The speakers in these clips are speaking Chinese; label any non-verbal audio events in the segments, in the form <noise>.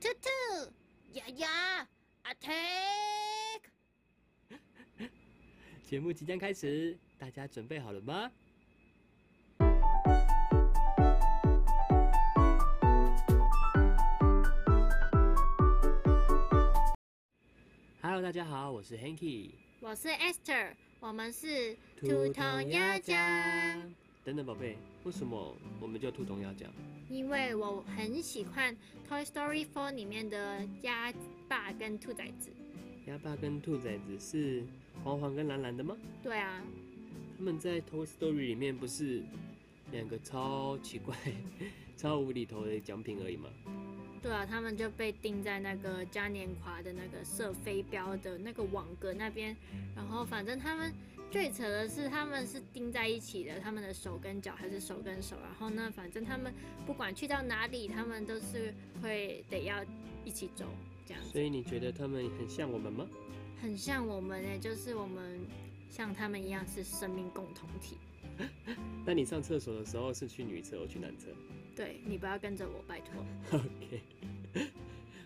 兔兔，丫丫，attack！节目即将开始，大家准备好了吗？Hello，大家好，我是 Hanky。我是 Esther，我们是兔头头鸭鸭酱酱。等等，宝贝，为什么我们叫兔童鸭酱？因为我很喜欢《Toy Story 4》里面的鸭爸跟兔崽子。鸭爸跟兔崽子是黄黄跟蓝蓝的吗？对啊，他们在《Toy Story》里面不是两个超奇怪、 <laughs> 超无厘头的奖品而已吗？对啊，他们就被钉在那个嘉年华的那个射飞镖的那个网格那边，然后反正他们最扯的是他们是钉在一起的，他们的手跟脚还是手跟手，然后呢，反正他们不管去到哪里，他们都是会得要一起走这样子，所以你觉得他们很像我们吗？很像我们呢，就是我们像他们一样是生命共同体。那你上厕所的时候是去女厕，我去男厕。 <laughs> 对你不要跟着我，拜托。 OK。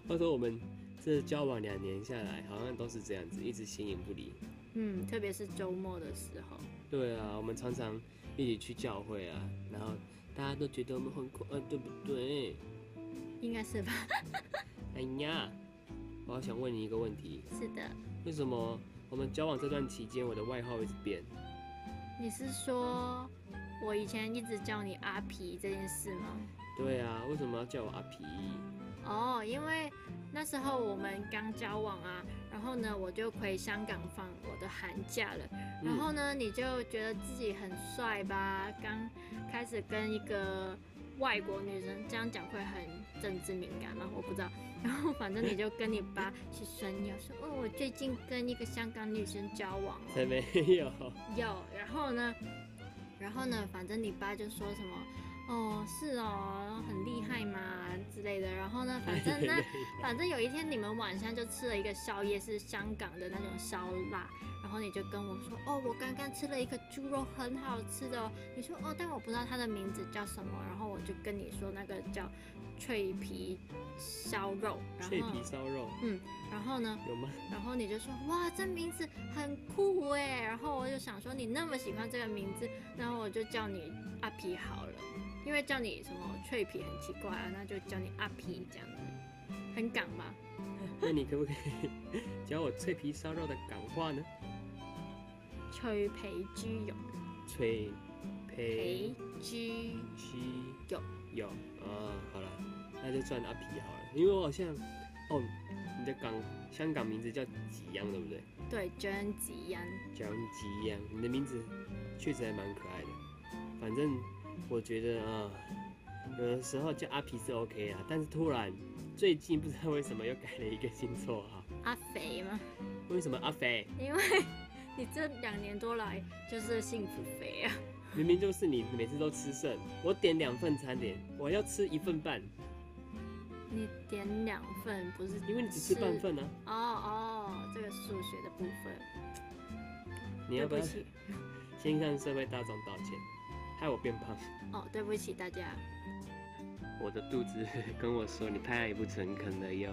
话说我们这交往两年下来，好像都是这样子，一直形影不离。嗯，特别是周末的时候。对啊，我们常常一起去教会啊，然后大家都觉得我们很可爱，对不对？应该是吧？哎呀，我好想问你一个问题， <laughs> 是的，为什么我们交往这段期间，我的外号一直变？你是说我以前一直叫你阿皮这件事吗？对啊，为什么要叫我阿皮？ <laughs> 哦，因为那时候我们刚交往啊，然后呢，我就回香港放我的寒假了。然后呢，你就觉得自己很帅吧？刚开始跟一个外国女生这样讲会很政治敏感吗？我不知道。 <laughs> 然后反正你就跟你爸去炫耀说，哦，我最近跟一个香港女生交往了。才没有，有，然后呢，然后呢，反正你爸就说什么，哦，是哦，很厉害嘛之类的。然后呢，反正呢， <laughs> 反正有一天你们晚上就吃了一个宵夜，是香港的那种烧腊。然后你就跟我说，哦，我刚刚吃了一个猪肉，很好吃的、哦。你说，哦，但我不知道它的名字叫什么。然后我就跟你说，那个叫脆皮烧肉。然脆后皮，烧肉嗯，然后呢，有吗？然后你就说哇，这名字很酷哎，然后我就想说你那么喜欢这个名字，然后我就叫你阿皮好了，因为叫你什么脆皮很奇怪啊，那就叫你阿皮这样子，很港吧？ <laughs> 那你可不可以教我脆皮烧肉的港话呢？脆皮猪肉，脆皮皮猪鸡肉，有啊，好了，那就算阿皮好了，因为我好像哦，你的港香港名字叫吉阳对不对？对，姜子安，讲吉阳，你的名字确实还蛮可爱的。反正我觉得啊、有的时候叫阿皮是 OK 啦，但是突然最近不知道为什么又改了一个新绰号，阿肥吗？为什么阿肥？因为 <laughs> 你这两年多来就是幸福肥啊，明明就是你每次都吃剩，我点两份餐点，我要吃一份半，你点两份不是？因为你只吃半份啊。哦哦，这个数学的部分，你要不对要不起先向社会大众道歉，害我变胖？哦，对不起大家。我的肚子跟我说你太不诚恳了哟。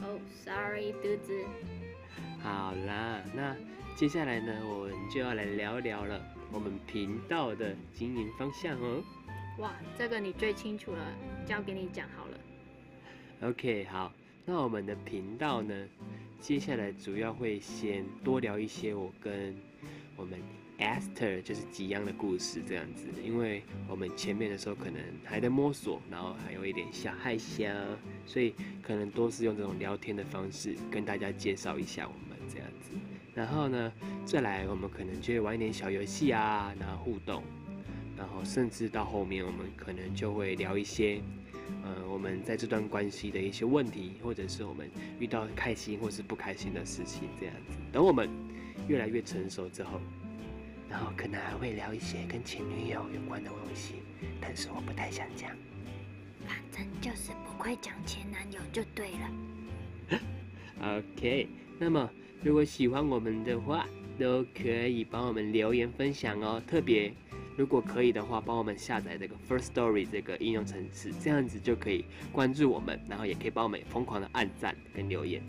哦、s o r r y 肚子。好啦，那接下来呢，我们就要来聊聊了我们频道的经营方向哦。哇，这个你最清楚了，交给你讲好了。 OK，好，那我们的频道呢，接下来主要会先多聊一些我跟我们 Esther 就是吉央的故事这样子，因为我们前面的时候可能还在摸索，然后还有一点小害羞，所以可能都是用这种聊天的方式跟大家介绍一下我们这样子。然后呢，再来我们可能就会玩一点小游戏啊，然后互动，然后甚至到后面我们可能就会聊一些呃，我们在这段关系的一些问题，或者是我们遇到开心或是不开心的事情，这样子。等我们越来越成熟之后，然后可能还会聊一些跟前女友有关的东西，但是我不太想讲。反正就是不会讲前男友就对了。 OK，那么如果喜欢我们的话，都可以帮我们留言分享哦。特别如果可以的话，帮我们下载这个 First Story 这个应用程式，这样子就可以关注我们，然后也可以帮我们疯狂的按赞跟留言。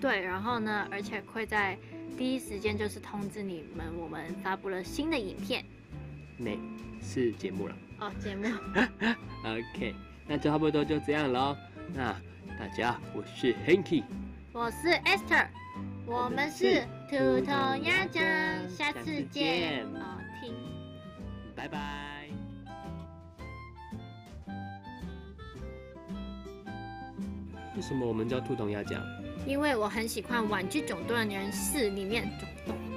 对，然后呢，而且会在第一时间就是通知你们，我们发布了新的影片那是节目了哦，节目。 ，OK，那就差不多就这样喽。那大家，我是 Hanky，我是 Esther，我们是土头鸭酱，下次见。哦，听。拜拜。为什么我们叫兔童要讲？因为我很喜欢《玩具总动员四》里面总动